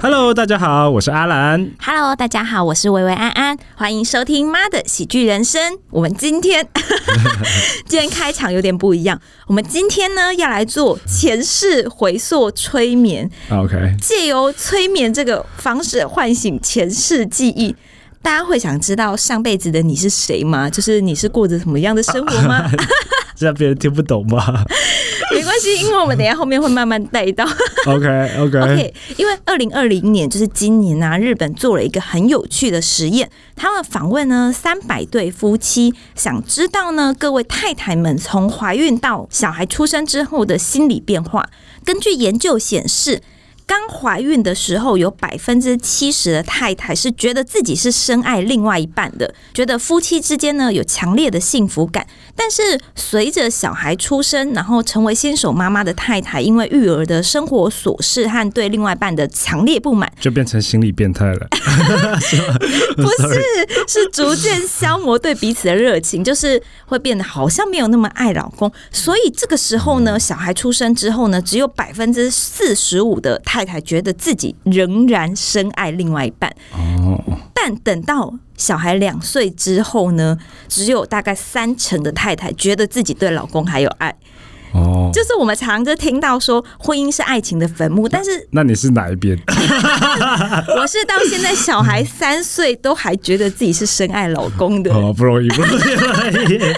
Hello，大家好，我是阿兰。 Hello，大家好，我是薇薇安安，欢迎收听《妈的喜剧人生》。我们今天 今天开场有点不一样，我们今天呢要来做前世回溯催眠， OK，借由催眠这个方式唤醒前世记忆。大家会想知道上辈子的你是谁吗？就是你是过着什么样的生活吗？这样别人听不懂 吧没关系，因为我们等一下后面会慢慢带到。 ？OK OK，, OK，因为二零二零年就是今年啊，日本做了一个很有趣的实验，他们访问呢三百对夫妻，想知道呢各位太太们从怀孕到小孩出生之后的心理变化。根据研究显示。刚怀孕的时候，有百分之七十的太太是觉得自己是深爱另外一半的，觉得夫妻之间呢有强烈的幸福感。但是随着小孩出生，然后成为新手妈妈的太太，因为育儿的生活琐事和对另外一半的强烈不满，就变成心理变态了。不是是逐渐消磨对彼此的热情，就是会变得好像没有那么爱老公。所以这个时候呢，小孩出生之后呢，只有百分之四十五的太太觉得自己仍然深爱另外一半。哦，但等到小孩两岁之后呢，只有大概三成的太太觉得自己对老公还有爱。哦，就是我们常就听到说婚姻是爱情的坟墓，但是那你是哪一边？我是到现在小 孩三岁都还觉得自己是深爱老公的。哦，不容易，不容易。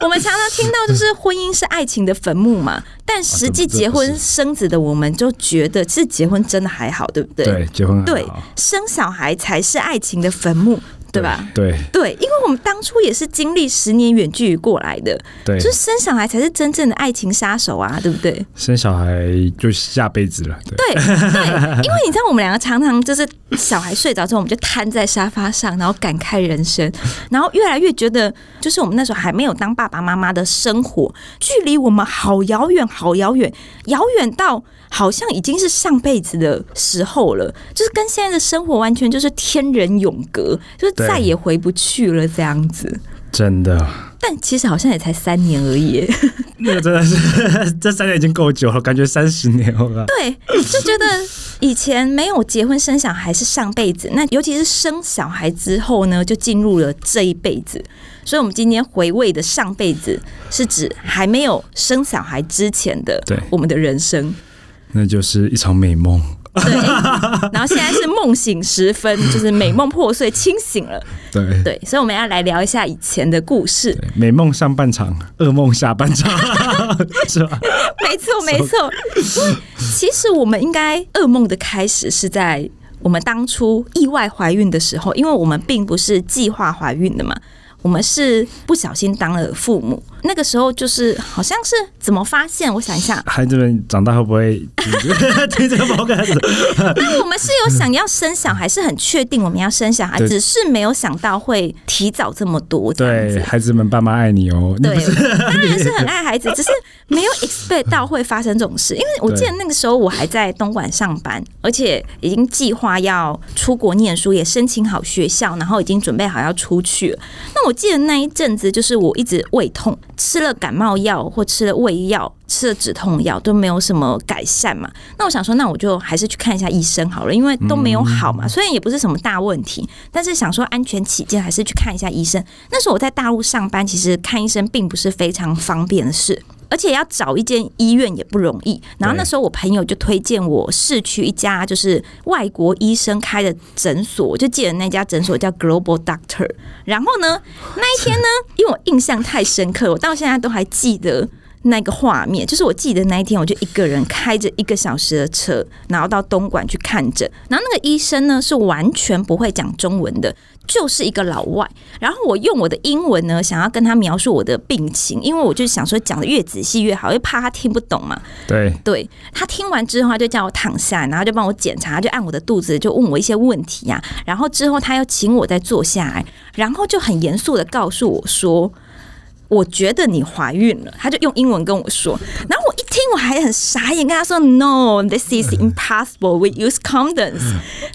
我们常常听到就是婚姻是爱情的坟墓嘛，但实际结婚生子的我们就觉得，其实结婚真的还好，对不 对？对，结婚很对好生小孩才是爱情的坟墓，对吧？？对对，因为我们当初也是经历十年远距离过来的，对就是生小孩才是真正的爱情杀手啊，对不 对？生小孩就下辈子了。对，对对，因为你知道，我们两个常常就是小孩睡着之后，我们就瘫在沙发上，然后感慨人 生，然后越来越觉得，就是我们那时候还没有当爸爸妈妈的生活，距离我们好遥远，好遥远，遥远到好像已经是上辈子的时候了，就是跟现在的生活完全就是天人永隔，就是再对也回不去了这样子。真的，但其实好像也才三年而已耶。那个真的是 这三年已经够久了，感觉三十年了。对，就觉得以前没有结婚生小孩是上辈子，那尤其是生小孩之后呢，就进入了这一辈子。所以，我们今天回味的上辈子，是指还没有生小孩之前的对我们的人生。那就是一场美梦。对，然后现在是梦醒时分，就是美梦破碎，清醒了。对对，所以我们要来聊一下以前的故事。对美梦上半场，噩梦下半场， 是吧？，没错，没错。因为其实我们应该噩梦的开始是在我们当初意外怀孕的时候，因为我们并不是计划怀孕的嘛，我们是不小心当了父母。那个时候就是好像是怎么发现？我想一下 孩子们长大会不会听 听这个 podcast？那我们是有想要生小孩，是很确定我们要生小孩，对只是没有想到会提早这么多这样子对，。孩子们，爸妈爱你哦。你对，不是当然是很爱孩子，只是没有 expect 到会发生这种事。因为我记得那个时候我还在东莞上班，而且已经计划要出国念书，也申请好学校，然后已经准备好要出去了。那我记得那一阵子，就是我一直胃痛，吃了感冒药或吃了胃药。吃了止痛药都没有什么改善嘛，那我想说，那我就还是去看一下医生好了，因为都没有好嘛，虽然也不是什么大问题，但是想说安全起见，还是去看一下医生。那时候我在大陆上班，其实看医生并不是非常方便的事。而且要找一间医院也不容易。然后那时候我朋友就推荐我市区一家就是外国医生开的诊所，我就记得那家诊所叫 Global Doctor。然后呢，那一天呢，因为我印象太深刻，我到现在都还记得。那个画面，就是我记得那一天，我就一个人开着一个小时的车，然后到东莞去看诊。然后那个医生呢是完全不会讲中文的，就是一个老外。然后我用我的英文呢，想要跟他描述我的病情，因为我就想说讲的越仔细越好，因为怕他听不懂嘛。对对他听完之后，他就叫我躺下，然后就帮我检查，就按我的肚子，就问我一些问题呀、然后之后他又请我再坐下来，然后就很严肃的告诉我说：“我觉得你怀孕了。”他就用英文跟我说。然后我一听，我还很傻眼，跟他说：“No，this is impossible. We use condoms。”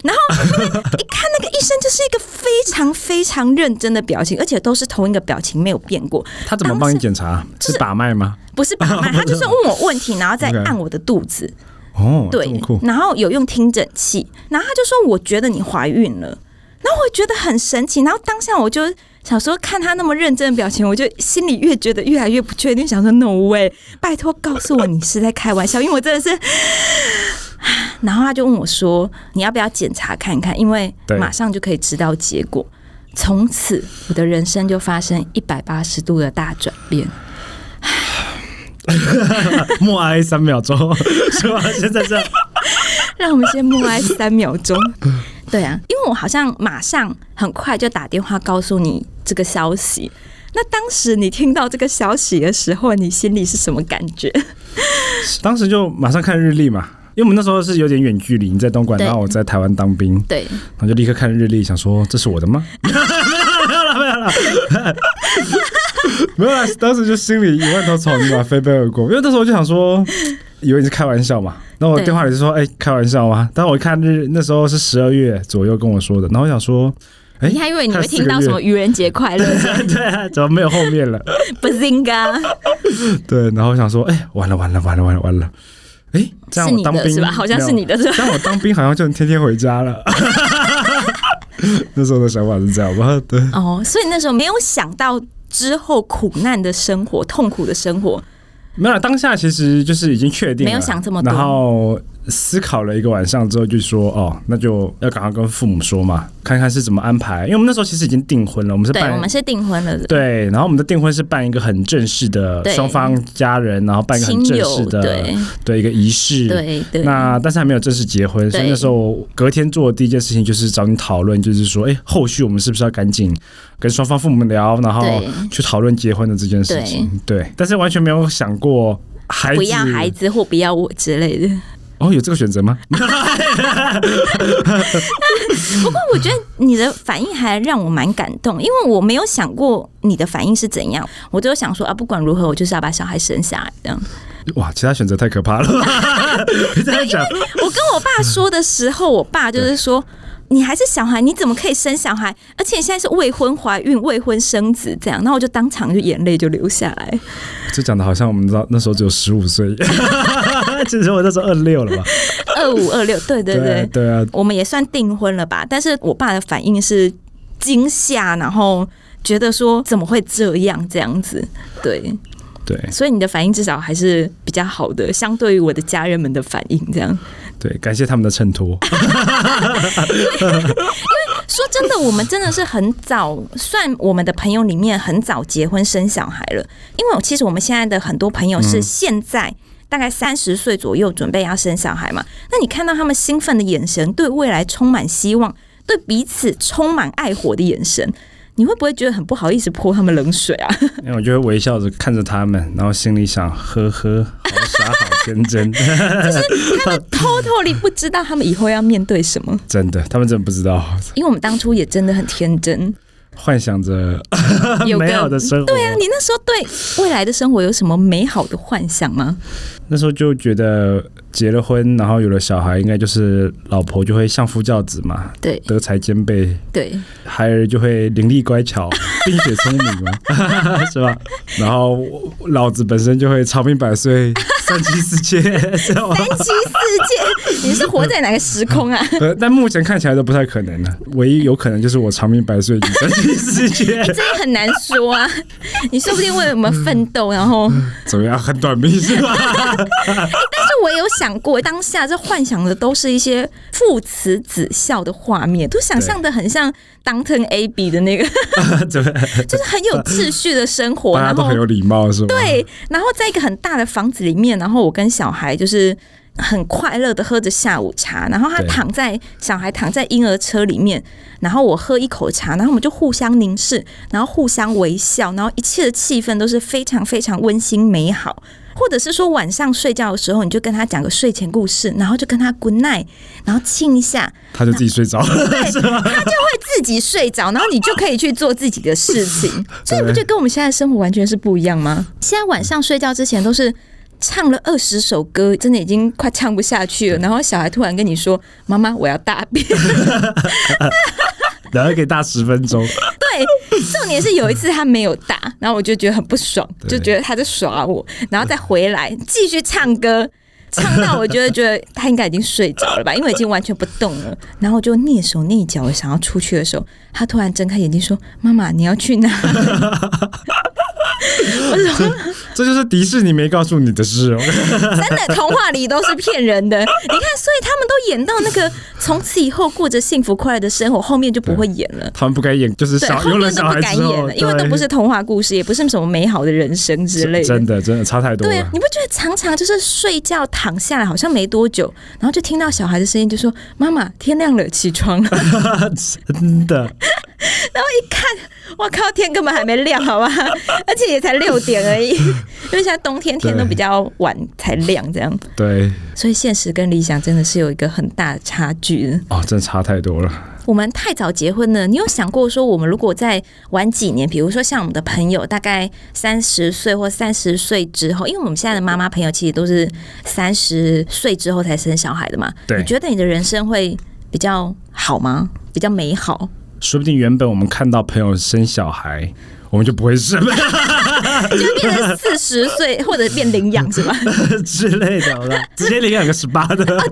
然后嗯一看那个医生，就是一个非常非常认真的表情，而且都是同一个表情没有变过。他怎么帮你检查？是把脉吗？不是把脉，他就是问我问题，然后再按我的肚子。哦，这么对酷，，然后有用听诊器，然后他就说我觉得你怀孕了，然后我觉得很神奇，然后当下我就想说看他那么认真的表情，我就心里越觉得越来越不确定，想说 no way，拜托告诉我你是在开玩笑，因为我真的是。 然后他就问我说：“你要不要检查看看？因为对马上就可以知道结果。”从此，我的人生就发生一百八十度的大转变。 默哀三秒钟，是吧？现在 这样，让我们先默哀三秒钟。对啊，因为我好像马上很快就打电话告诉你这个消息。那当时你听到这个消息的时候，你心里是什么感觉？当时就马上看日历嘛。因为我们那时候是有点远距离，你在东莞，对然后我在台湾当兵，对，然后就立刻看日历，想说这是我的吗？ 没有了，没有了，没有了。当时就心里一万头草泥马飞奔而过，因为那时候我就想说，以为你是开玩笑嘛。然后我对电话里就说：“哎、开玩笑吗？”但我看日那时候是十二月左右跟我说的，然后我想说：“哎、你还以为你看会四听个到什月么愚人节 快乐对啊， 怎么没有后面了？不应该对，然后我想说，哎、完了完了完了完了完了，哎、这样是我你当的兵是吧？好像是没你有的是吧？但我当兵好像就能天天回家了。 那时候的想法是这样吧？对，哦，所以那时候没有想到之后苦难的生活、痛苦的生活。没有啦当下其实就是已经确定了，没有想这么多然后思考了一个晚上之后，就说哦，那就要赶快跟父母说嘛，看看是怎么安排。因为我们那时候其实已经订婚了，我们是对，办我们是订婚了的，对然后我们的订婚是办一个很正式的对双方家人，然后办一个很亲正友式的对对一个仪式，对对，那但是还没有正式结婚，所以对那时候我隔天做的第一件事情就是找你讨论，就是说，哎、后续我们是不是要赶紧跟双方父母聊，然后对去讨论结婚的这件事情？对，但是完全没有想过孩子不要孩子或不要我之类的。哦，有这个选择吗？我觉得你的反应还让我蛮感动，因为我没有想过你的反应是怎样，我就想说啊，不管如何，我就是要把小孩生下来。 这样，哇，其他选择太可怕了。你这样讲，我跟我爸说的时候，我爸就是说。你还是小孩，你怎么可以生小孩？而且你现在是未婚怀孕、未婚生子这样，那我就当场就眼泪就流下来。这讲的好像我们那那时候只有十五岁，其实我那时候二六了吧？二五二六，对对对，啊对啊，我们也算订婚了吧？但是我爸的反应是惊吓，然后觉得说怎么会这样这样子？对，对所以你的反应至少还是比较好的，相对于我的家人们的反应。这样对，感谢他们的衬托。说真的，我们真的是很早，算我们的朋友里面很早结婚生小孩了。因为其实我们现在的很多朋友是现在。大概三十岁左右，准备要生小孩嘛？那你看到他们兴奋的眼神，对未来充满希望，对彼此充满爱火的眼神，你会不会觉得很不好意思泼他们冷水 啊？因为我就会微笑着看着他们，然后心里想：呵呵，好傻，好天真。 totally 不知道他们以后要面对什么，真的，他们真的不知道，因为我们当初也真的很天真。幻想着 有个美好的生活。对啊，你那时候对未来的生活有什么美好的幻想吗？那时候就觉得结了婚，然后有了小孩，应该就是老婆就会相夫教子嘛，对德才兼备，对，孩儿就会伶俐乖 巧，并且聪明嘛， 是吧？然后老子本身就会长命百 岁，三妻四妾，知道吗？三妻四妾，你是活在哪个时空啊？呃，但目前看起来都不太可能了。唯一有可能就是我长命百岁，你三妻四妾， 这也很难说啊，你说不定为我们奋斗，然后，但怎么样？很短命是 吧？是我有想过，当下这幻想的都是一些父慈子孝的画面，都想象的很像 Downton Abbey 的那个，怎么样？就是很有秩序的生活，大家然都后很有礼貌是吧？对，然后在一个很大的房子里面，然后我跟小孩就是很快乐的喝着下午茶，然后他对躺在小孩躺在婴儿车里面，然后我喝一口茶，然后我们就互相凝视，然后互相微笑，然后一切的气氛都是非常非常温馨美好。或者是说晚上睡觉的时候，你就跟他讲个睡前故事，然后就跟他 good night，然后亲一下，他就自己睡 着了。自己睡着，然后你就可以去做自己的事 情。所以你不对觉得跟我们现在的生活完全是不一样吗？现在晚上睡觉之前都是。唱了二十首歌，真的已经快唱不下去了。然后小孩突然跟你说：“妈妈，我要大便。然后给大十分钟，”对，重点是有一次他没有大，然后我就觉得很不爽，对就觉得他在耍我，然后再回来继续唱歌。唱到我觉得觉得他应该已经睡着了吧，因为已经完全不动了。然后我就蹑手蹑脚想要出去的时候，他突然睁开眼睛说：“妈妈，你要去哪？” 这就是迪士尼没告诉你的事 哦。真的，童话里都是骗人的。你看，所以他们都演到那个从此以后过着幸福快乐的生活，后面就不会演了。他们不该演，就是对，小后有了面小都不孩敢之演后，了，因为哦都对不是童话故事，也不是什么美好的人生之类的真。的真的差太多对啊了，。你不觉得常常就是睡觉躺下来，好像没多久，然后就听到小孩的声音，就说：“妈妈，天亮了，起床了。” 真的，我靠，天根本还没亮， 好吧？而且也才六点而 已，因为现在冬天天都比较晚才亮，这样，对所以现实跟理想真的是有一个很大的差距的。哦，真的差太多了。我们太早结婚了，你有想过说，我们如果再晚几年，比如说像我们的朋友，大概三十岁或三十岁之后，因为我们现在的妈妈朋友其实都是三十岁之后才生小孩的嘛，对你觉得你的人生会比较好吗？比较美好？说不定原本我们看到朋友生小孩，我们就不会生就变成四十岁或者变领养是吧？ 之类的，好吧 直接领养个十八的。啊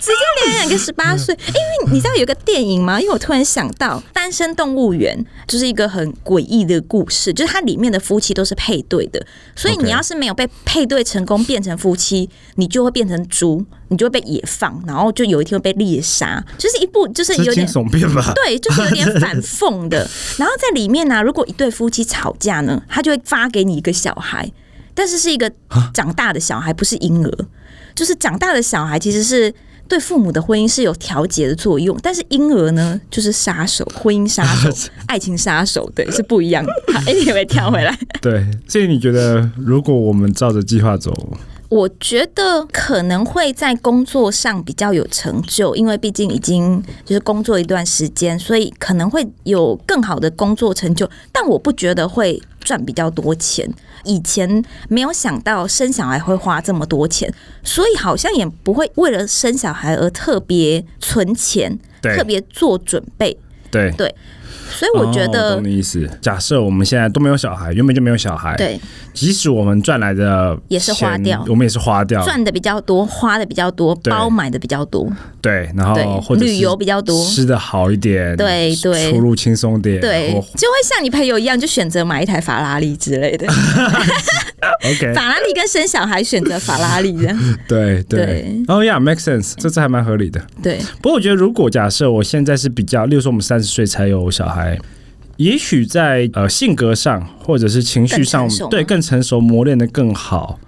直接领养个十八岁，因为你知道有一个电影吗？因为我突然想到《单身动物园》就是一个很诡异的故事，就是它里面的夫妻都是配对的，所以 OK 你要是没有被配对成功变成夫妻，你就会变成猪，你就会被野放，然后就有一天会被猎杀，就是一部就是这有是惊点悚片 吧？对，就是有点反讽的。然后在里面呢、如果一对夫妻吵架呢，他就会发给你一个小孩，但是是一个长大的小孩，不是婴儿。就是长大的小孩其实是对父母的婚姻是有调节的作用，但是婴儿呢，就是杀手，婚姻杀手，爱情杀手，对，是不一样的。好，anyway，跳回来，对，所以你觉得如果我们照着计划走，我觉得可能会在工作上比较有成就，因为毕竟已经就是工作一段时间，所以可能会有更好的工作成就。但我不觉得会赚比较多钱，以前没有想到生小孩会花这么多钱，所以好像也不会为了生小孩而特别存钱，对特别做准备。对，所以我觉哦得，懂你意思。假设我们现在都没有小孩，原本就没有小孩，，对即使我们赚来的也是花钱掉我们也是花掉，赚的比较多，花的比较多，对包买的比较多，对，然后或对，者旅游比较多，吃的好一点，对对出入轻松点，对，或就会像你朋友一样，就选择买一台法拉利之类的。 ，OK，法拉利跟生小孩选择法拉利 这样，对对对，哦呀，make sense，这次还蛮合理的。对，不过我觉得，如果假设我现在是比较，例如说我们三十岁才有小孩，也许在呃性格上或者是情绪上更成熟，吗对更成熟，磨练的更好，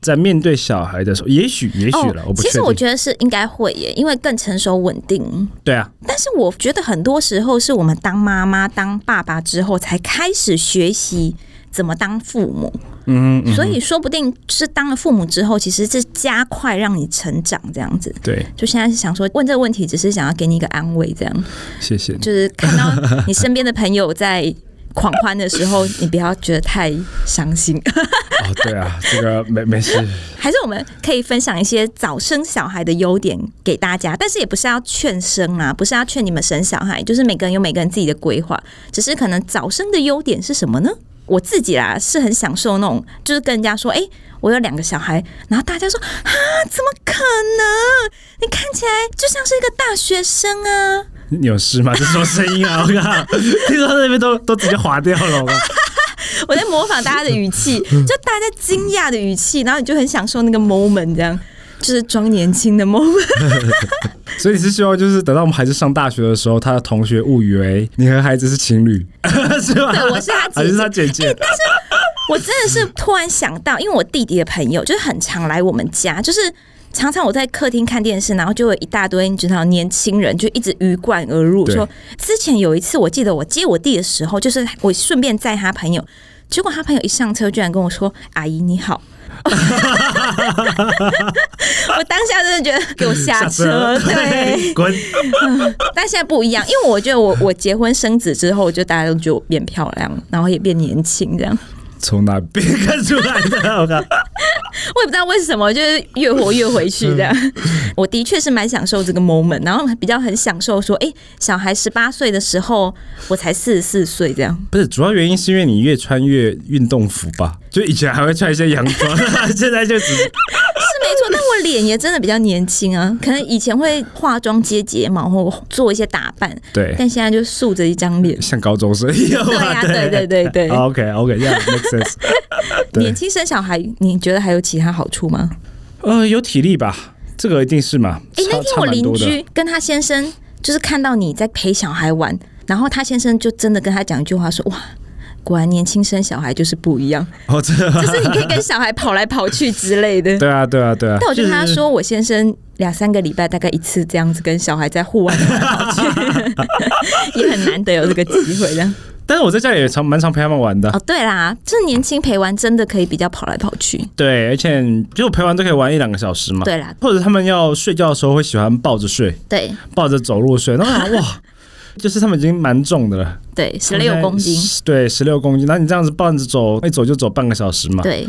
在面对小孩的时候，也许也许了，我不哦其确实我定。觉得是应该会耶，因为更成熟稳定。对啊，但是我觉得很多时候是我们当妈妈、当爸爸之后，才开始学习怎么当父母。嗯嗯，所以说不定是当了父母之后，其实是加快让你成长这样子。对，就现在是想说问这个问题，只是想要给你一个安慰，这样谢谢你。就是看到你身边的朋友在狂欢的时候，你不要觉得太伤心。哦，对啊，这个没没事，还是我们可以分享一些早生小孩的优点给大家，但是也不是要劝生啊，不是要劝你们生小孩，就是每个人有每个人自己的规划，只是可能早生的优点是什么呢？我自己啦是很享受那种，就是跟人家说，哎、我有两个小孩，然后大家说啊，怎么可能？你看起来就像是一个大学生啊！ 你有事吗？这是什么声音啊？ 我靠，听说那边都都直接划掉了，好吗？我在模仿大家的语 气，就大家惊讶的语气，然后你就很享受那个 moment，这样就是装年轻的 moment。 所以你是希望就是等到我们孩子上大学的时候，他的同学误以为 你和孩子是情侣， 是吧？对我是他姐姐还是他姐姐？我真的是突然想到，因为我弟弟的朋友就是很常来我们家，就是。常常我在客厅看电视，然后就有一大堆你知道年轻人就一直鱼贯而入，对说之前有一次我记得我接我弟的时候，就是我顺便载他朋友，结果他朋友一上车居然跟我说：“阿姨你 好。”我当下真的觉得给我下车，对，滚！但现在不一样，因为我觉得我我结婚生子之后，我就大家都觉得我变漂亮，然后也变年轻，这样从哪边 看出来的？我靠！我也不知道为什么，就是越活越回去这样。 我的确是蛮享受这个 moment，然后比较很享受说，哎、小孩十八岁的时候，我才四十四岁这样。不是，主要原因是因为你 越穿越运动服吧？就以前还会穿一些洋装，现在就只是是脸也真的比较年轻啊，可能以前会化妆、接睫毛或做一些打扮，对但现在就素着一张 脸。像高中生一样对嘛。呀、对对对对， OK OK，这样 make 啊 sense 对。年轻生小孩，你觉得还有其他好处吗？ 呃，有体力吧，这个一定是嘛。哎、那差天差我蛮邻多的。居跟他先生就是看到你在陪小孩玩，然后他先生就真的跟他讲一句话说：“哇，果然年轻生小孩就是不一 样，哦，这就是你可以跟小孩跑来跑去之类的。”对啊对啊对啊。但我就跟他是说，我先生两三个礼拜大概一次这样子跟小孩在户外跑来 跑去，也很难得有这个机会这样。但是我在家里也常蛮常陪他们玩的。 哦，对啦，就是年轻陪玩真的可以比较跑来跑 去。对，而且就陪玩都可以玩一两个小时嘛。对啦，或者他们要睡觉的时候会喜欢抱着睡，对抱着走路睡。然后 我想哇，就是他们已经蛮重的了，对，十六他，公斤们现在。对，十六公斤。然后你这样子抱着走，一走就走半个小时嘛。对，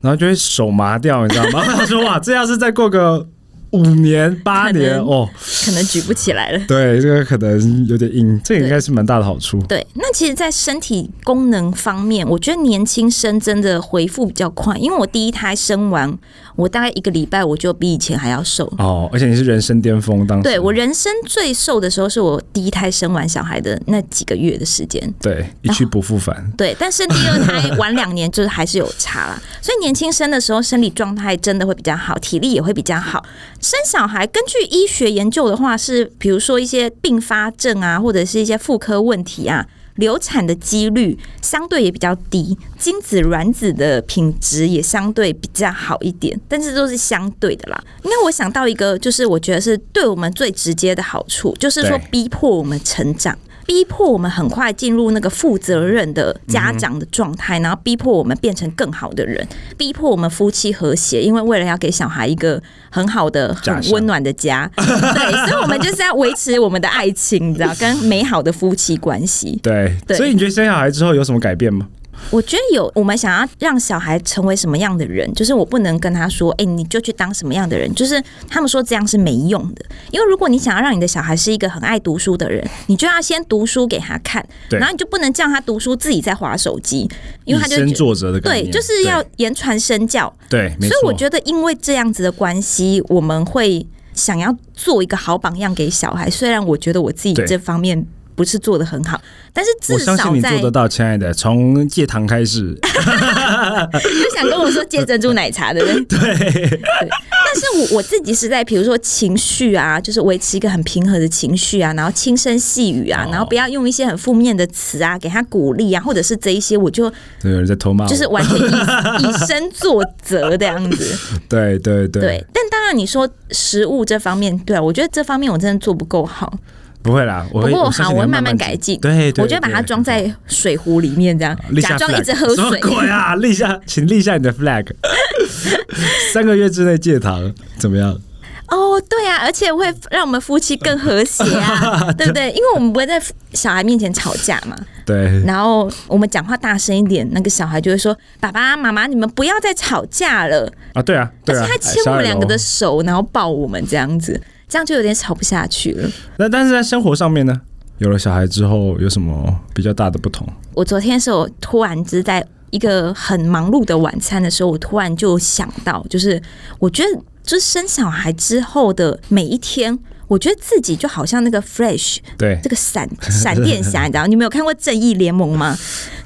然后就会手麻掉，你知道吗？ 他说哇，这要是再过个五年八年可能哦，可能举不起来了。对，这个可能有点硬，这个应该是蛮大的好处。对，那其实，在身体功能方面，我觉得年轻生真的恢复比较快，因为我第一胎生完，我大概一个礼拜我就比以前还要瘦。哦，而且你是人生巅峰，当时对我人生最瘦的时候，是我第一胎生完小孩的那几个月的时间。对一去不复返，对，但是第二胎晚两年就是还是有差啦，所以年轻生的时候生理状态真的会比较好，体力也会比较好。生小孩根据医学研究的话是，比如说一些并发症啊，或者是一些妇科问题啊，流产的几率相对也比较低，精子卵子的品质也相对比较好一点，但是都是相对的啦。那我想到一个，就是我觉得是对我们最直接的好处，就是说对逼迫我们成长。逼迫我们很快进入那个负责任的家长的状态，然后逼迫我们变成更好的人，逼迫我们夫妻和谐，因为为了要给小孩一个很好的、很家乡温暖的家，对，所以我们就是要维持我们的爱情，你知道，跟美好的夫妻关系。对。对所以你觉得生小孩之后有什么改变吗？我觉得有，我们想要让小孩成为什么样的人，就是我不能跟他说，哎、你就去当什么样的人，就是他们说这样是没用的。因为如果你想要让你的小孩是一个很爱读书的人，你就要先读书给他看，对然后你就不能叫他读书自己在划手机，因为他以就身觉得作则的概对，念，就是要言传身教。对，对没所错。以我觉得，因为这样子的关系，我们会想要做一个好榜样给小孩。虽然我觉得我自己对这方面不是做的很好，但是至我相信少你在做得到，亲爱的。从戒糖开 始，就想跟我说戒珍珠奶茶的 人，对对。但是我我自己是在，比如说情绪啊，就是维持一个很平和的情绪啊，然后轻声细语啊，哦然后不要用一些很负面的词啊，给他鼓励啊，或者是这一些，我就对有人在偷骂我，就是 完全以以身作则这样子。对对对对，但当然你说食物这方面，对啊，我觉得这方面我真的做不够好。不会啦，我不会过我相好，信你我会会慢慢慢改进。对，对我就会把它对装在水壶里面，这样立下假装 flag 一直喝什么水。鬼啊！立下，请立下你的 flag，三个月之内戒糖怎么样？哦，对啊，而且会嗯让我们夫妻更和谐 啊，对不对？因为我们不会在小孩面前吵架嘛，对，然后我们讲话大声一点，那个小孩就会说：“爸爸妈妈，你们不要再吵架了。啊，对啊，对啊而且他，牵我们两个的手，然后抱我们这样子，这样就有点吵不下去了。那但是在生活上面呢，有了小孩之后有什么比较大的不同？我昨天是我突然之在一个很忙碌的晚餐的时候，我突然就想到，就是我觉得，就是生小孩之后的每一天，我觉得自己就好像那个 Flash 对这个闪闪电侠，你知道？你们有看过《正义联盟》吗？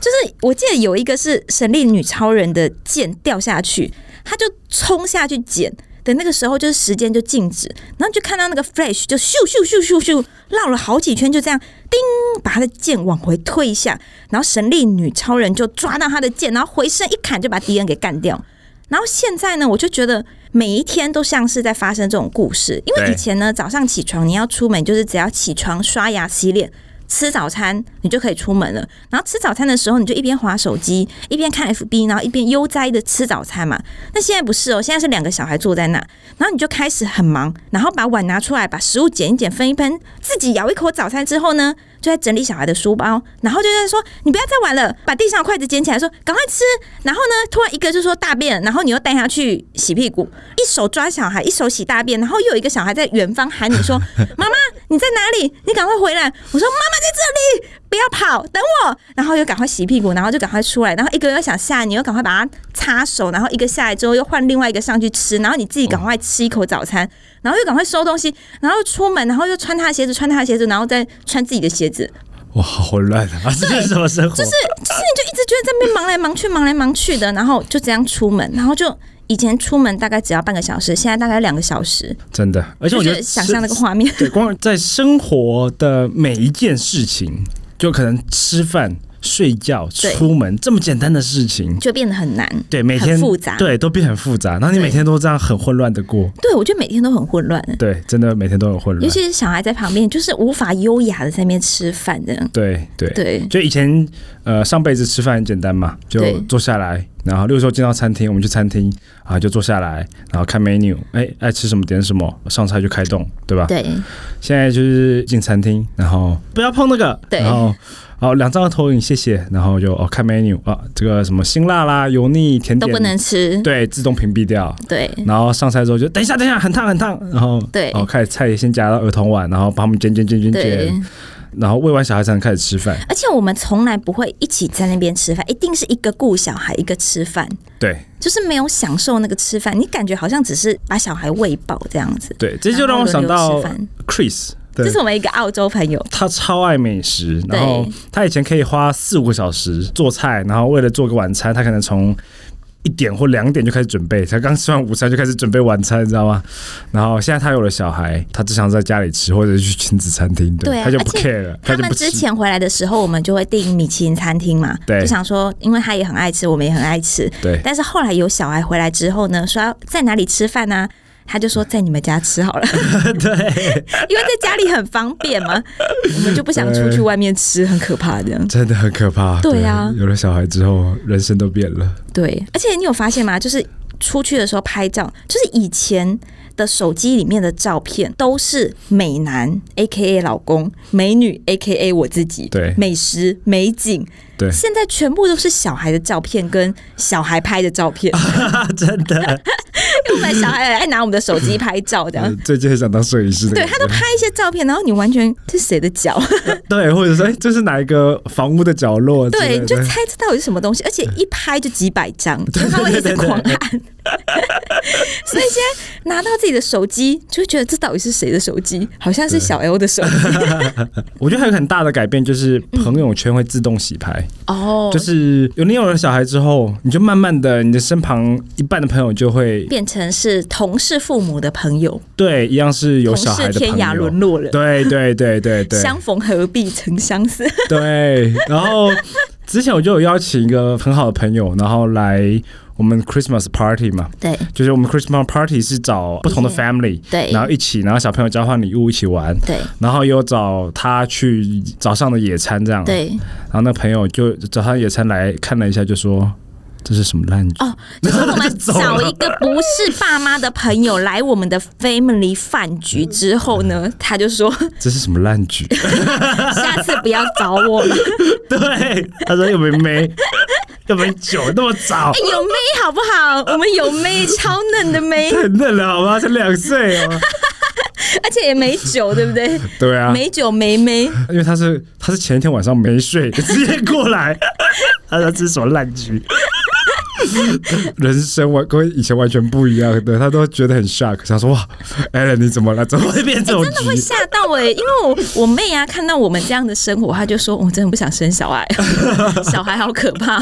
就是我记得有一个是神力女超人的剑掉下去，她就冲下去捡。的那个时候，就是时间就静止，然后就看到那个 Flash 就咻咻咻咻咻绕了好几圈，就这样叮，把他的剑往回推一下，然后神力女超人就抓到他的剑，然后回身一砍就把敌人给干掉。然后现在呢，我就觉得每一天都像是在发生这种故事，因为对以前呢，早上起床你要出门，就是只要起床、刷牙、洗脸。吃早餐，你就可以出门了。然后吃早餐的时候，你就一边划手机，一边看 FB，然后一边悠哉的吃早餐嘛。那现在不是哦，现在是两个小孩坐在那，然后你就开始很忙，然后把碗拿出来，把食物捡一捡，分一分，自己咬一口早餐之后呢，就在整理小孩的书包，然后就在说你不要再玩了，把地上的筷子捡起来说赶快吃。然后呢，突然一个就说大便，然后你又带他去洗屁股，一手抓小孩，一手洗大便，然后又有一个小孩在远方喊你说妈妈你在哪里？你赶快回来！我说妈妈在这里，不要跑，等我，然后又赶快洗屁股，然后就赶快出来，然后一个又想吓你，又赶快把它擦手，然后一个下来之后又换另外一个上去吃，然后你自己赶快吃一口早餐，然后又赶快收东西，然后出门，然后又穿他的鞋子，穿他的鞋子，然后再穿自己的鞋子，哇，好混乱 啊！这是什么生活？就是就是你就一直觉得在那边忙来忙去，忙来忙去的，然后就这样出门，然后就以前出门大概只要半个小时，现在大概两个小时，真的，而且我觉就得是想象那个画面。对，光在生活的每一件事情，就可能吃饭、睡觉、对出门这么简单的事情，就变得很难，对，每天很复杂对，都变很复杂。然后你对每天都这样很混乱的过，对我觉得每天都很混乱，对，真的每天都很混尤乱。其是小孩在旁边，就是无法优雅的在那边吃饭这样。对对，对，就以前呃上辈子吃饭很简单嘛，就对坐下来，然后例如说进到餐厅，我们去餐厅啊就坐下来，然后看 menu，哎爱吃什么点什么，上菜就开动，对吧？对，现在就是进餐厅，然后不要碰那个，对然后好两张投影，谢谢，然后就哦看 menu 啊，这个什么辛辣啦、油腻、甜都点不能吃。对自动屏蔽掉。对然后上菜之后就等一下，等一下，很烫很烫。然后对哦，开始菜先夹到儿童碗，然后把他们煎煎煎煎对煎，，然后喂完小孩才能开始吃饭。而且我们从来不会一起在那边吃饭，一定是一个顾小孩，一个吃饭，对就是没有享受那个吃饭，你感觉好像只是把小孩喂饱这样子。对，这就然让后我想轮流到吃饭 Chris，对这是我们一个澳洲朋友，他超爱美食，对然后他以前可以花四五个小时做菜，然后为了做个晚餐，他可能从一点或两点就开始准备，才刚吃完午餐就开始准备晚餐，你知道吗？然后现在他有了小孩，他只想在家里吃，或者是去亲子餐厅，对，对啊他就不而且 care 了，他就们不之吃。前回来的时候，我们就会订米其林餐厅嘛，对就想说，因为他也很爱吃，我们也很爱吃。对但是后来有小孩回来之后呢，说要在哪里吃饭呢、他就说在你们家吃好了， 对， 因为在家里很方便嘛，我们就不想出去外面吃，很可怕这样。真的很可怕。对啊有了小孩之后，人生都变 了。对，而且你有发现吗？就是出去的时候拍照，就是以前的手机里面的照片都是美男 （A K A 老公）、美女 （A K A 我自己）、对美食、美景，对现在全部都是小孩的照片跟小孩拍的照片，真的，因为我们小孩爱拿我们的手机拍照这样。最近很想当摄影师的对感觉。他都拍一些照片，然后你完全这是谁的脚？对，或者说，哎，这是哪一个房屋的角落之类对，的？嗯你就猜这到底是什么东西，而且一拍就几百 张，因为他会一直狂按。 所以现在拿到自己的手机，就会觉得这到底是谁的手机？好像是小 L 的手 机我觉得还有很大的改变就是嗯朋友圈会自动洗牌，哦就，是有你有了小孩之后，你就慢慢的你的身旁一半的朋友就会变成是同是父母的朋友，对一样是有同小孩是的天朋涯沦友。落人，对对对对对相逢何必曾相识。 对，然后之前我就有邀请一个很好的朋友，然后来我们 Christmas party 嘛，对就是我们 Christmas party 是找不同的嗯 family，对然后一起，然后小朋友交换礼物一起玩，对然后也有找他去早上的野餐这样，对，然后那朋友就找他野餐来看了一下，就说这是什么烂剧？哦，就是我就们走了找一个不是爸妈的朋友来我们的 family 饭局之后呢，他就 说这是什么烂剧？下次不要找我了。 对，他说又没妹，又没酒，那么早，哎 有妹好不好？我们有妹，超嫩的 妹，太嫩了好吗？才两岁 哦。而且也没酒，对不对？对啊，没酒没妹，因为他是他是前一天晚上没睡，直接过来， 他说这是什么烂剧？ 人生完跟以前完全不一样，对他都觉得很 shock，想说哇，Allen 你怎么了？怎么会变这种会局？吓到哎、因为我我妹啊，看到我们这样的生活，她就说：“我真的不想生小孩，小孩好可怕。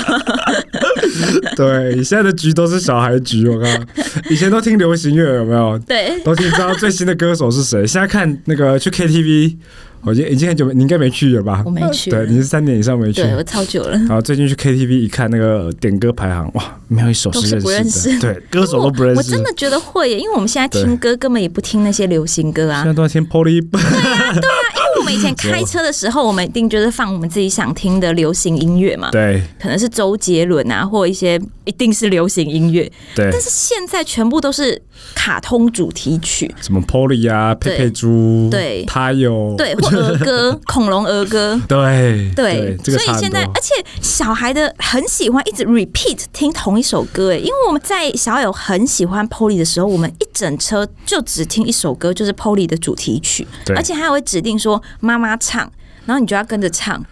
对，现在的局都是小孩局，我看以前都听流行乐有没有？”对，都听知道最新的歌手是谁。现在看那个去 KTV，我哦已经已经很久没，你应该没去了吧？我没去对，你是三点以上没去。对我超久了。然后最近去 KTV 一看那个点歌排行，哇，没有一首认都是不认识的，识对，歌手都我不认我识。真的觉得会、耶，因为我们现在对听歌根本也不听那些流行歌啊现。在都在听 Polly，因为我们以前开车的时候，我们一定就是放我们自己想听的流行音乐嘛，对可能是周杰伦啊，或一些一定是流行音乐。对，但是现在全部都是卡通主题曲，什么 Polly 啊，佩对佩猪，对他有，对，或儿歌、恐龙儿歌，对对，这个所差以很现在，哎多而。且小孩的很喜欢一直 repeat 听同一首歌，哎，因为我们在小友很喜欢 Polly 的时候，我们一整车就只听一首歌，就是 Polly 的主题曲对，而且他还会指定说妈妈唱，然后你就要跟着唱。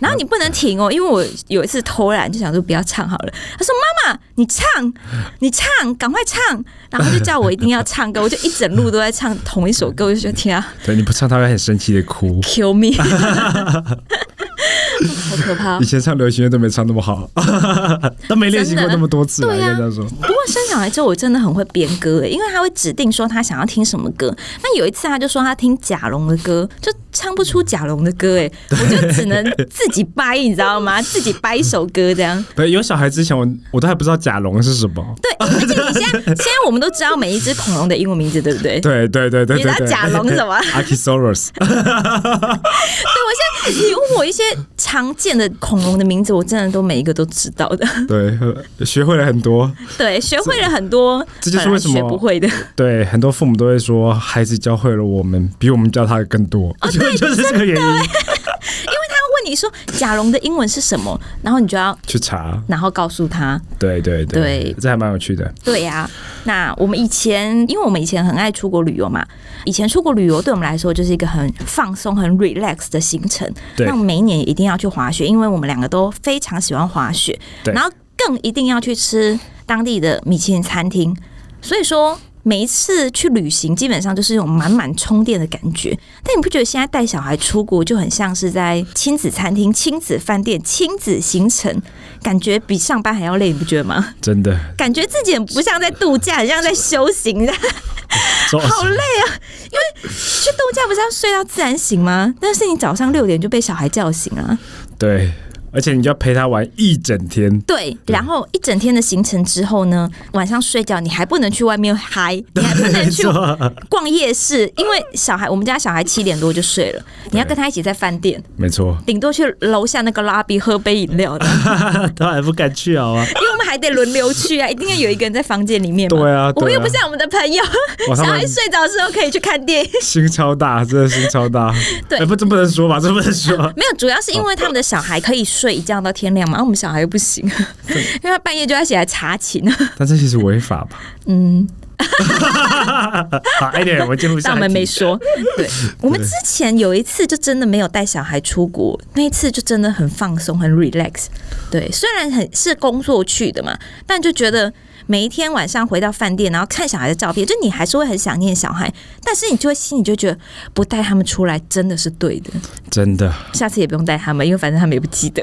然后你不能停哦，因为我有一次偷懒就想说不要唱好了。他说：“妈妈，你唱，你唱，赶快唱。”然后就叫我一定要唱歌，我就一整路都在唱同一首歌，我就觉得天啊对你不唱，他会很生气的哭。 ，kill me，好可怕、哦以。前唱流行乐都没唱那么 好，都没练习过那么多次了，啊真应的啊该这样说。不过生小孩之后，我真的很会编歌欸诶，因为他会指定说他想要听什么歌。那有一次他就说他听贾龙的歌，就唱不出贾龙的歌诶，我就只能自己掰，你知 道吗？自己掰一首歌这样。对，有小孩之前我我都还不知道甲龙是什么。对，而且你现在现在我们都知道每一只恐龙的英文名字，对不 对？对对对对你知对道对。甲龙是 什么？ Archosaurus，对我现在你问我一些常见的恐龙的名字，我真的都每一个都知道的。 对， 呃学会了很多。对，学会了很多，这就是为什么本来学不会的。对，很多父母都会说，孩子教会了我们，比我们教他的更多，哦就 就是这个原因。问你说甲龙的英文是什么，然后你就要去查，然后告诉他。对对对这还蛮有趣的。对呀、那我们以前，因为我们以前很爱出国旅游嘛，以前出国旅游对我们来说就是一个很放松、很 relax 的行程。对那每一年一定要去滑雪，因为我们两个都非常喜欢滑雪，对然后更一定要去吃当地的米其林餐厅。所以说，每一次去旅行，基本上就是一种满满充电的感觉。但你不觉得现在带小孩出国就很像是在亲子餐厅、亲子饭店、亲子行程，感觉比上班还要累，你不觉得吗？真的，感觉自己很不像在度假，很像在修行，你知道吗说 好累啊！因为去度假不是要睡到自然醒吗？但是你早上六点就被小孩叫醒啊了，对，而且你就要陪他玩一整天，对。然后一整天的行程之后呢，晚上睡觉你还不能去外面嗨，你还不能 去错逛夜市，因为小孩我们家小孩七点多就睡了，你要跟他一起在饭店，没错， 顶多去楼下那个拉比喝杯饮料的， 他啊还不敢去好啊。因为我们还得轮流去啊，一定要有一个人在房间里面嘛。对啊，我们对又啊不，像我们的朋友，哇小他们孩睡着的时候可以去看电影。 心超大，真的心超大。 对哎不这不能说吧，这不能 说。没有，主要是因为他们的小孩可以睡一觉到天亮嘛，而、啊我们小孩又不行， 因为他半夜就要起来查寝，但这其实违法吧？嗯， 好，一点，我们进入下但我一们没题。说。对，我们之前有一次就真的没有带小孩出国，那一次就真的很放松，很 relax。对，虽然很是工作去的嘛，但就觉得。每一天晚上回到饭店，然后看小孩的照片，就你还是会很想念小孩，但是你就会心里就觉得不带他们出来真的是对的，真的，下次也不用带他们，因为反正他们也不记得。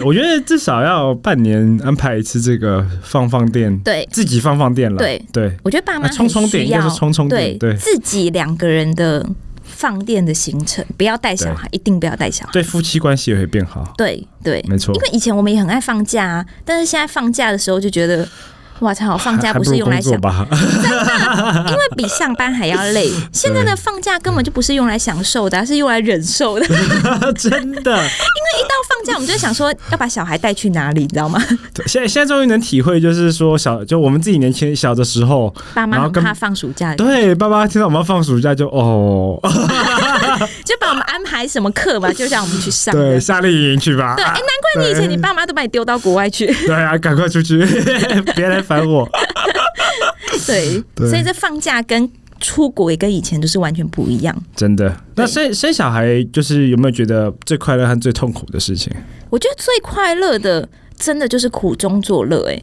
我觉得至少要半年安排一次这个放放电，对，自己放放电了。对对我觉得爸妈啊充很充电需应该要是充充电对对自己两个人的放电的行程，不要带小孩，一定不要带小孩。对，夫妻关系也会变好。对对，没错因为以前我们也很爱放假啊，但是现在放假的时候就觉得。哇操！放假还不是如用来工作想，吧？ 因为比上班还要累。现在的放假根本就不是用来享受的啊、而是用来忍 受的。一真的， 到放假，我们就想说要把小孩带去哪里，你知道吗？对现在现在终于能体会，就是说小，就我们自己年轻小的时候，爸妈然后很跟怕放暑假，对爸爸听到我们要放暑假就哦，就把我们安排什么课吧，就让我们去上。对，夏令营去吧。对，哎、啊难怪你以前你对爸妈都把你丢到国外去。 对啊，赶快出去， 别来烦我。对，对所以这放假跟出国也跟以前就是完全不一样。真的，那对生生小孩就是有没有觉得最快乐和最痛苦的事情？我觉得最快乐的。真的就是苦中作乐哎、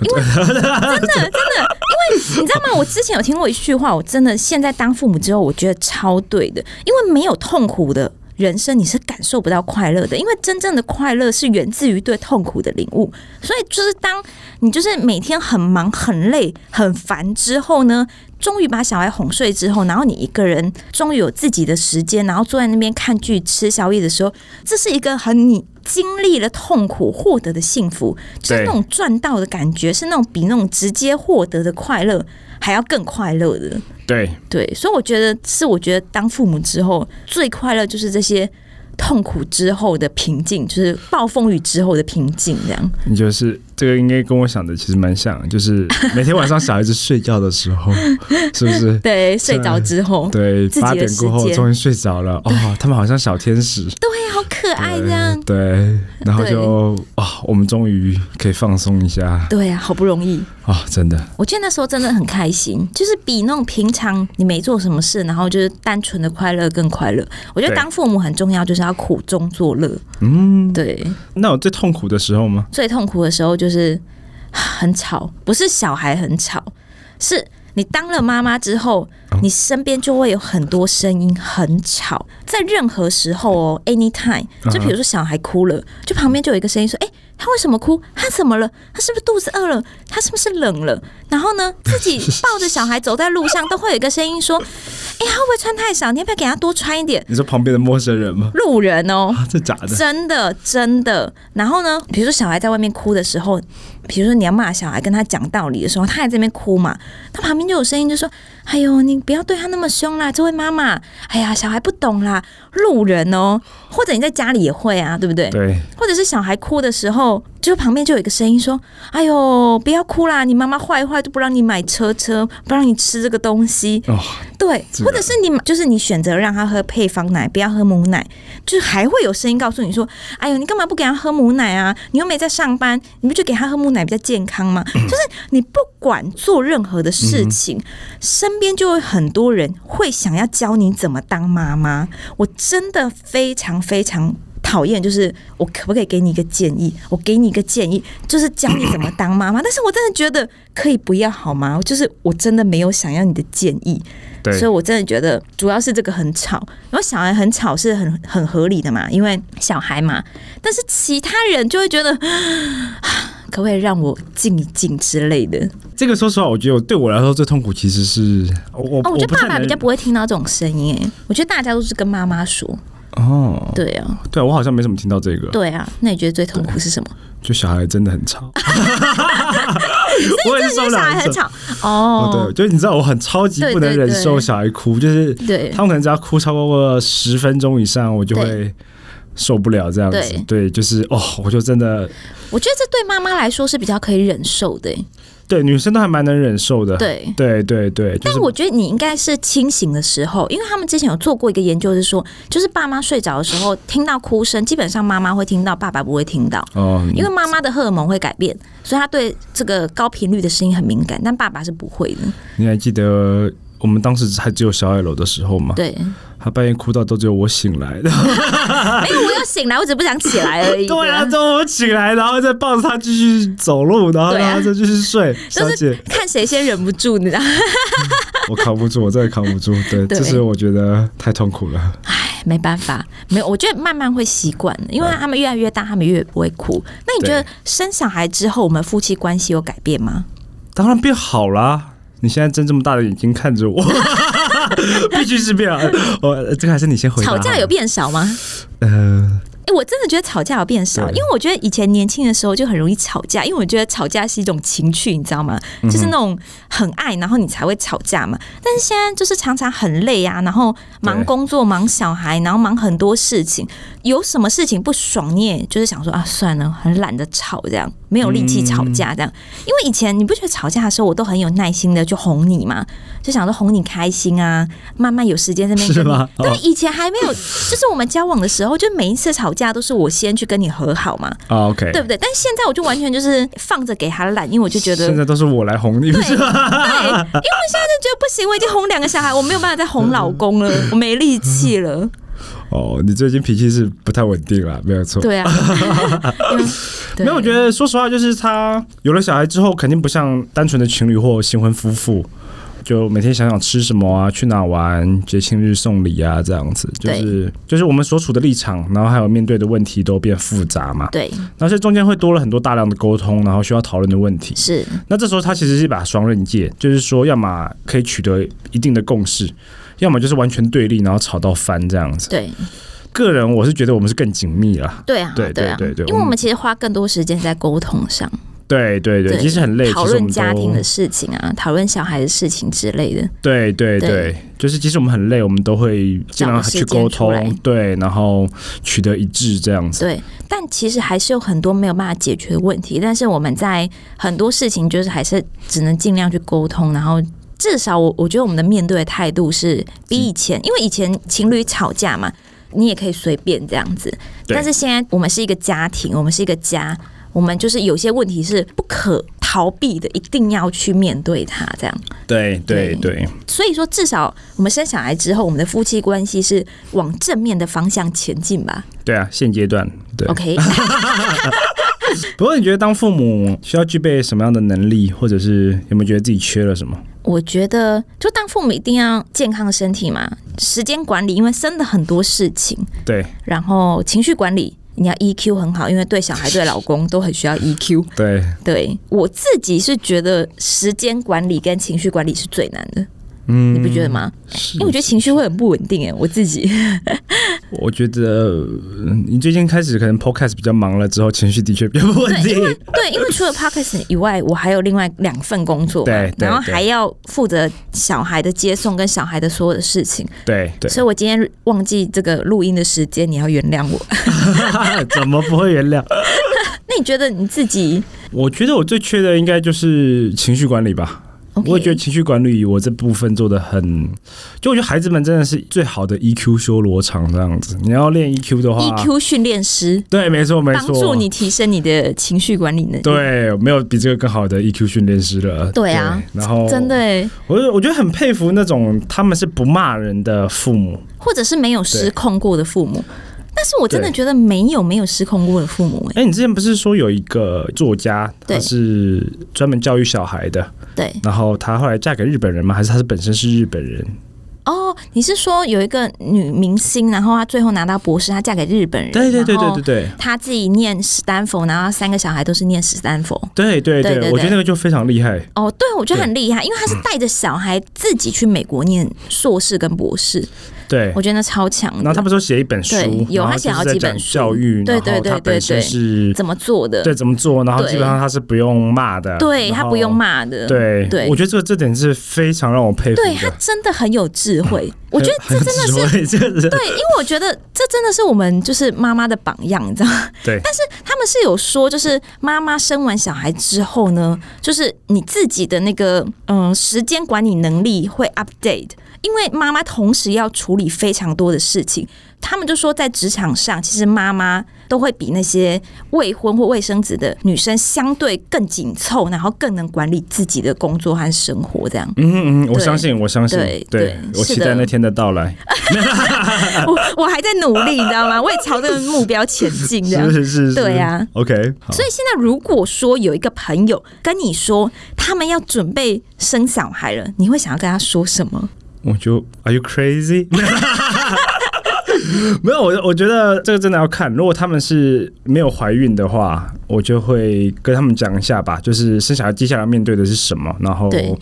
因为 真的真的，因为你知道吗？我之前有听过一句话，我真的现在当父母之后，我觉得超对的，因为没有痛苦的人生，你是感受不到快乐的，因为真正的快乐是源自于对痛苦的领悟。所以就是当你就是每天很忙、很累、很烦之后呢，终于把小孩哄睡之后，然后你一个人终于有自己的时间，然后坐在那边看剧、吃宵夜的时候，这是一个很你经历了痛苦获得的幸福，就是对那种赚到的感觉，是那种比那种直接获得的快乐还要更快乐的。对，对，所以我觉得是，我觉得当父母之后最快乐就是这些痛苦之后的平静，就是暴风雨之后的平静，这样。你就是这个应该跟我想的其实蛮像，就是 每天晚上小孩子睡觉的时候， 是不是？ 对，睡着之后，对，自己的八点过时后间终于睡着了，哦，他们好像小天 使，对，好可爱这样。哦对，然后就哇、我们终于可以放松一下，对啊，好不容易，啊、真的，我记得那时候真的很开心，就是比那种平常你没做什么事，然后就是单纯的快乐更快乐。我觉得对当父母很重要，就是要苦中作乐。嗯，对，那有最痛苦的时候吗？最痛苦的时候就是 啊很吵，不是小孩很吵，是你当了妈妈之后，你身边就会有很多声音很吵，在任何时候哦，anytime，就比如说小孩哭了，就旁边就有一个声音说：“哎、他为什么哭？他怎么了？他是不是肚子饿了？他是不是冷了？”然后呢，自己抱着小孩走在路上，都会有一个声音说：“哎、他会不会穿太少？你要不要给他多穿一点你说旁边的陌生人吗？”？ 路人哦，啊，这假的，真的真的。然后呢，比如说小孩在外面哭的时候，比如说你要骂小孩，跟他讲道理的时候，他还在那边哭嘛，他旁边就有声音就说：“哎呦，你不要对他那么凶啦，这位妈妈，哎呀，小孩不懂啦，路人哦。”或者你在家里也会啊，对不对？对，或者是小孩哭的时候，就旁边就有一个声音说：“哎呦，不要哭啦，你妈妈坏坏，就不让你买车车，不让你吃这个东西。”哦，对，自或然者是你就是你选择让他喝配方奶，不要喝母奶，就是还会有声音告诉你说：“哎呦，你干嘛不给他喝母奶啊？你又没在上班，你不就给他喝母奶比较健康吗？”嗯就是你不管做任何的事情，身边就会很多人会想要教你怎么当妈妈。我真的非常非常。讨厌就是我可不可以给你一个建议？我给你一个建议，就是教你怎么当妈妈。但是我真的觉得可以不要好吗？就是我真的没有想要你的建议。对，所以我真的觉得主要是这个很吵，然后小孩很吵是很很合理的嘛，因为小孩嘛。但是其他人就会觉得， 啊可不可以让我静一静之类的？这个说实话，我觉得我对我来说最痛苦其实是我我、哦，我觉得不太爸爸能比较不会听到这种声音诶，我觉得大家都是跟妈妈说，哦，对啊，对我好像没什么听到这个，对啊。那你觉得最痛苦是什么？就小孩真的很 吵，我很受不就是了小孩很。吵哦，哦，对，就你知道我很超级对不能对忍对受小孩哭，就是对他们可能只要哭超过十分钟以上，我就对会受不了这样子。对对，就是哦，我就真的我觉得这对妈妈来说是比较可以忍受的诶，对女生都还蛮能忍受的。对。对对对，就但是我觉得你应该是清醒的时候，因为他们之前有做过一个研究，是说，就是爸妈睡着的时候听到哭声，基本上妈妈会听到，爸爸不会听到，哦，因为妈妈的荷尔蒙会改变，所以她对这个高频率的声音很敏感，但爸爸是不会的。你还记得我们当时还只有小矮楼的时候吗？对，他半夜哭到都只有我醒来，没有，哎我要醒来，我只不想起来而已。啊 对啊，对都我起来，然后再抱着他继续走路，然后对啊让他再继续睡。小姐，看谁先忍不住，你知道？我扛不住，我真的扛不住。对，对这是我觉得太痛苦了。哎，没办法，没有，我觉得慢慢会习惯的，因为他们越来越大，他们越不会哭。那你觉得对生小孩之后，我们夫妻关系有改变吗？当然变好啦！你现在睁这么大的眼睛看着我， 必须是变好。我这个还是你先回答。吵架有？变少吗？呃，哎、我真的觉得吵架有变少，对因为我觉得以前年轻的时候就很容易吵架，因为我觉得吵架是一种情趣，你知道吗？就是那种很爱，然后你才会吵架嘛。但是现在就是常常很累啊，然后忙对工作、忙小孩，然后忙很多事情，有什么事情不爽，你也就是想说啊，算了，很懒得吵，这样没有力气吵架这样。因为以前你不觉得吵架的时候，我都很有耐心的去哄你嘛，就想说哄你开心啊，慢慢有时间在那边 是跟你吗 对哦，以前还没有，就是我们交往的时候，就每一次吵架都是我先去跟你和好嘛，啊，OK，对不对？但现在我就完全就是放着给他烂，因为我就觉得 哎现在都是我来哄你，不是吗？对，因为我现在就觉得不行，我已经哄两个小孩，我没有办法再哄老公 了，嗯我没力气了。 哦，你最近脾气是不太稳定了，没有错。 对啊，因为对没有，我觉得说实话，就是他有了小孩之后，肯定不像单纯的情侣或新婚夫妇，就每天想想吃什么啊，去哪玩，节庆日送礼啊，这样子，就是就是我们所处的立场，然后还有面对的问题都变复杂嘛，对那这中间会多了很多大量的沟通，然后需要讨论的问题。是那这时候它其实是一把双刃剑，就是说，要么可以取得一定的共识，要么就是完全对立，然后吵到翻这样子。对个人我是觉得我们是更紧密啦，对啊对对啊对对，因为我们其实花更多时间在沟通上，对对对，对其实很累，讨其实我论们家都庭的事情啊，讨论小孩的事情之类的。对对对对，就是即使我们很累，我们都会尽量找个时去间沟出来通，对，然后取得一致这样子。对，但其实还是有很多没有办法解决的问题。但是我们在很多事情，就是还是只能尽量去沟通，然后。至少我我觉得我们的面对的态度是比以前，因为以前情侣吵架嘛，你也可以随便这样子，对但是现在我们是一个家庭，我们是一个家，我们就是有些问题是不可逃避的，一定要去面对它，这样。对对对，所以说，至少我们生小孩之后，我们的夫妻关系是往正面的方向前进吧。对啊，现阶段对。 OK， 不过你觉得当父母需要具备什么样的能力，或者是有没有觉得自己缺了什么？我觉得就当父母一定要健康的身体嘛，时间管理，因为真的很多事情，对然后情绪管理。你要 EQ 很好，因为对小孩、对老公都很 需要 EQ。对，对我自己是觉得时间管理跟情绪管理是最难的，嗯，你不觉得吗？是因为我觉得情绪会很不稳定哎、我自己我觉得呃你最近开始可能 podcast 比较忙了，之后情绪的确比较不稳定。对，因为除了 podcast 以外，我还有另外两份工作嘛对对然后对还要负责小孩的接送跟小孩的所有的事情， 对对，所以我今天忘记这个录音的时间，你要原谅我。 怎么不会原谅？那你觉得你自己我觉得我最缺的应该就是情绪管理吧。 OK？我也觉得情绪管理我这部分做的很，就我觉得孩子们真的是最好的 EQ 修罗场这样子。你要练 EQ 的话 EQ ，E 训练师对，没错啊没帮错，助你提升你的情绪管理能力。对，没有比这个更好的 EQ 训练师了。对啊然后真的，哎，我就我觉得很佩服那种他们是不骂人的父母。或者是没有失对控过的父母。但是我真的对觉得没有没有失控过的父母、哎，哎、你之前不是说有一个作家，对他是专门教育小孩的，对然后他后来嫁给日本人吗？还是他是本身是日本人？哦，你是说有一个女明星，然后她最后拿到博士，她嫁给日本人，对对对对对。对她自己念史丹佛，然后她三个小孩都是念史丹佛。对对对对对，我觉得对那个就非常厉害。哦，对，我觉得很厉害，因为她是带着小孩自己去美国念硕士跟博士，对我，觉得那超强的。然后他不是有写一本书对，有然后他写就是好在几本讲书教育，对然对后对他对本身对是怎么做的？对怎么做，然后基对本上他是不用骂的，对，然她后不用骂的。对，对我觉得这个这点是非常让我佩服的。对，她真的很有智慧。我觉得这嗯很真的是 的是，这个人对，因为我觉得这真的是我们就是妈妈的榜样，你知道吗？对但是他们是有说，就是妈妈生完小孩之后呢，就是你自己的那个嗯时间管理能力会 update，因为妈妈同时要处理非常多的事情。他们就说，在职场上，其实妈妈都会比那些未婚或未生子的女生相对更紧凑，然后更能管理自己的工作和生活。这样，嗯嗯，我对相信，我相信，对对对，我是期待的那天的到来。我我还在努力，你知道吗？我也朝这个目标前进。这样是是是，是 对啊，OK，好所以现在如果说有一个朋友跟你说他们要准备生小孩了，你会想要跟他说什么？我就 Are you crazy？没有，我我觉得这个真的要看。如果他们是没有怀孕的话，我就会跟他们讲一下吧，就是生小孩接下来面对的是什么，然后对。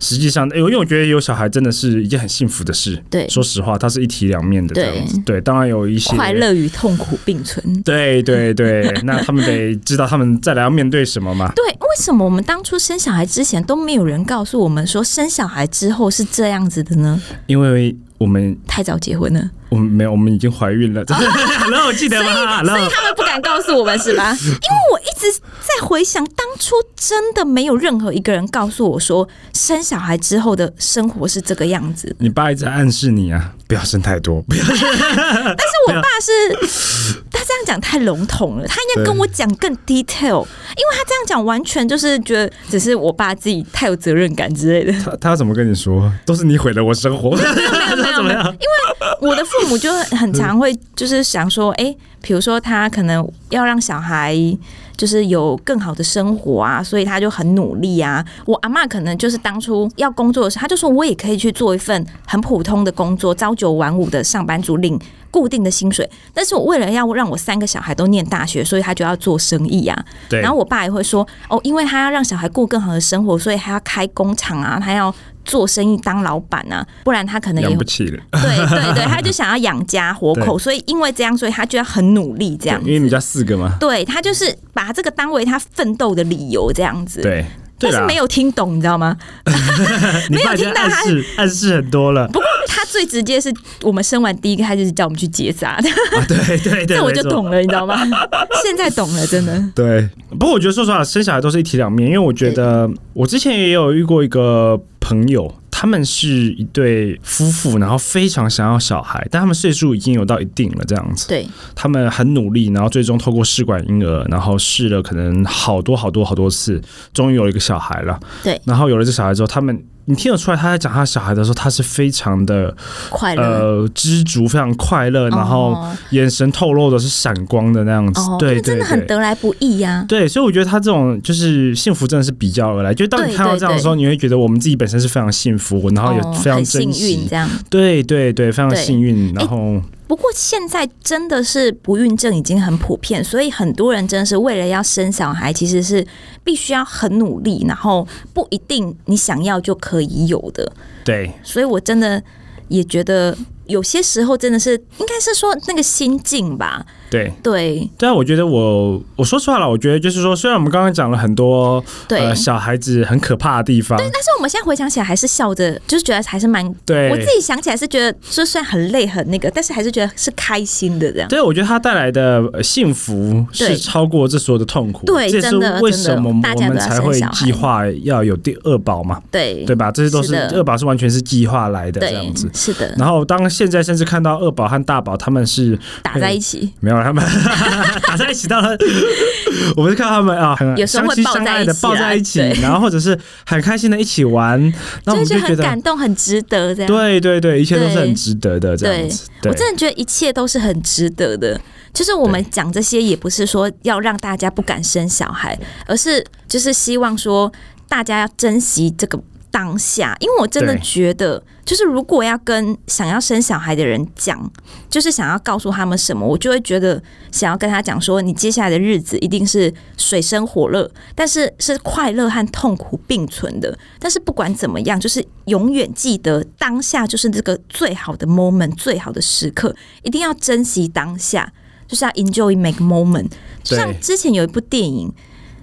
实际上，哎因为我觉得有小孩真的是一件很幸福的事。对说实话，它是一体两面的这样子。对，当然有一些快乐与痛苦并存。对对 对，那他们得知道他们再来要面对什么嘛。对，为什么我们当初生小孩之前都没有人告诉我们说生小孩之后是这样子的呢？因为我们太早结婚了，我们没有，我们已经怀 孕了。 然后我记得吗？然哦所后以他们不敢告诉我们是吧？因为我一直在回想，当初真的没有任何一个人告诉我说生小孩之后的生活是这个样子。你爸一直暗示你啊，不要生太多，不要。但是我爸是他这样讲太笼统了，他应该跟我讲更 detail，因为他这样讲完全就是觉得只是我爸自己太有责任感之类的他他要怎么跟你说？都是你毁了我生 活。没有没有，因为我的父母就很常会就是想说，哎、比如说他可能要让小孩就是有更好的生活啊，所以他就很努力啊。我阿嬷可能就是当初要工作的时候，他就说我也可以去做一份很普通的工作，朝九晚五的上班族领固定的薪水。但是我为了要让我三个小孩都念大学，所以他就要做生意啊。对然后我爸也会说，哦，因为他要让小孩过更好的生活，所以他要开工厂啊，他要做生意当老板啊，不然他可能养也会不起了，对对对，他就想要养家活 口，所以因为这样，所以他就要很努力这样因。为你们家四个嘛。对他就是把这个当为他奋斗的理由这样子。。对，对但是啦没，有听懂，你知道吗？你爸已经听到暗他示暗示很多 了不过他最直接是我们生完第一个，他就是叫我们去结扎，啊。对对 对，这 我没就错。懂了，你知道吗？ 现在懂了，真的。对，不过我觉得说实话，生小孩都是一体两面，因为我觉得我之前也有遇过一个朋友，他们是一对夫妇，然后非常想要小孩，但他们岁数已经有到一定了，这样子。对，他们很努力，然后最终透过试管婴儿，然后试了可能好多好多好多次，终于有了一个小孩了。对然后有了这小孩之后，他们你听得出来他在讲他小孩的时候，他是非常的快乐。呃知足，非常快乐，然后哦眼神透露的是闪光的那样子。哦，对那对对，真的很得来不易啊呀、对，所以我觉得他这种就是幸福真的是比较而来，就是当你对看到对这样的时候，你会觉得我们自己本身是非常幸福，然后也哦非常很幸珍运惜，这样。对对对，非常对幸运。然后不过现在真的是不孕症已经很普遍，所以很多人真的是为了要生小孩，其实是必须要很努力，然后不一定你想要就可以有的。对所以我真的也觉得有些时候真的是，应该是说那个心境吧，对对对啊，我觉得我我说实话了，我觉得就是说，虽然我们刚刚讲了很多对。呃小孩子很可怕的地方，但是我们现在回想起来，还是笑着，就是觉得还是蛮……对我自己想起来是觉得，就算很累很那个，但是还是觉得是开心的这样。对，我觉得它带来的呃幸福是对超过这所有的痛苦，对这也是真的为真什的么我们大家都要才生会小孩计划要有第二宝嘛，对对吧？这些都是是的二宝是完全是计划来的这样对子，。是的，然后当现在甚至看到二宝和大宝他们是打在一起。没有他 们打在一起，当然我们是看到他们啊，很有时候相会亲抱相在爱一的起抱啊在一起对，然后或者是很开心的一起玩，那我就们是就觉很得感动，很值得这样。对对对，一切都是对很值得的这样对子。我对真的觉得一切都是很值得的。就是我们讲这些，也不是说要让大家不敢生小孩，而是就是希望说大家要珍惜这个当下。因为我真的对觉得，就是如果要跟想要生小孩的人讲，就是想要告诉他们什么，我就会觉得想要跟他讲说，你接下来的日子一定是水深火热，但是是快乐和痛苦并存的。但是不管怎么样，就是永远记得当下就是这个最好的 moment，最好的时刻，一定要珍惜当下，就是要 enjoy make moment。就像之前有一部电影。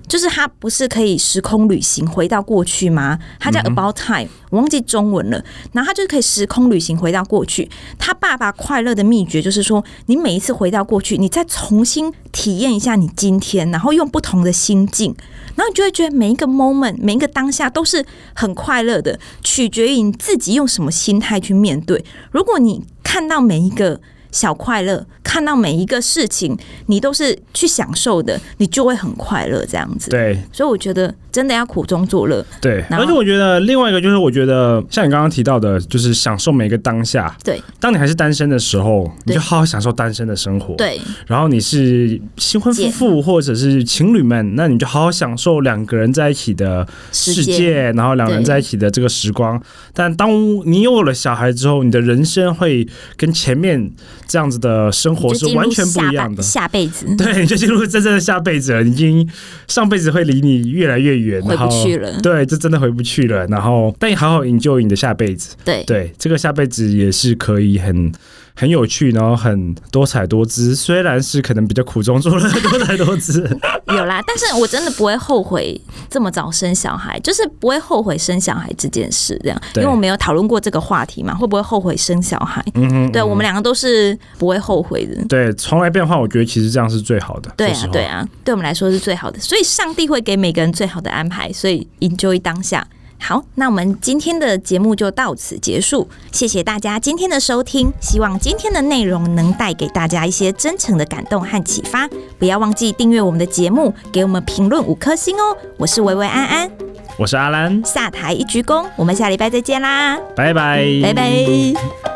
就是它不是可以时空旅行回到过去吗？它叫 About Time，、我忘记中文了。然后它就是可以时空旅行回到过去。他爸爸快乐的秘诀就是说，你每一次回到过去，你再重新体验一下你今天，然后用不同的心境，然后你就会觉得每一个 moment，每一个当下都是很快乐的，取决于你自己用什么心态去面对。如果你看到每一个小快乐，看到每一个事情，你都是去享受的，你就会很快乐这样子。对所以我觉得真的要苦中作乐，对，然后而且我觉得另外一个就是，我觉得像你刚刚提到的，就是享受每个当下。对当你还是单身的时候，你对就好好享受单身的生活。对然后你是新婚夫妇或者是情侣们，那你就好好享受两个人在一起的世世界界，然后两人在一起的这个时光。但当你有了小孩之后，你的人生会跟前面这样子的生活就是进完入全不下一样半的。 下辈子对，你就进入真正的下辈子了，已经上辈子会离你越来越远，回然不后去了。对，这真的回不去了。然后，但也好好 enjoy 你的下辈子。对对，这个下辈子也是可以很很有趣，然后很多彩多姿。虽然是可能比较苦中作乐， 多彩多姿。有啦，但是我真的不会后悔这么早生小孩，就是不会后悔生小孩这件事，这样，因对为我们有讨论过这个话题嘛，会不会后悔生小孩？嗯哼，对我们两个都是不会后悔的。对，从来变化，我觉得其实这样是最好的。对说实啊，话对。啊，对我们来说是最好的，所以上帝会给每个人最好的安排，所以 enjoy 当下。好，那我们今天的节目就到此结束，谢谢大家今天的收听，希望今天的内容能带给大家一些真诚的感动和启发。不要忘记订阅我们的节目，给我们评论五颗星哦。我是维维安安，我是阿兰，下台一鞠躬，我们下礼拜再见啦，拜拜，拜拜。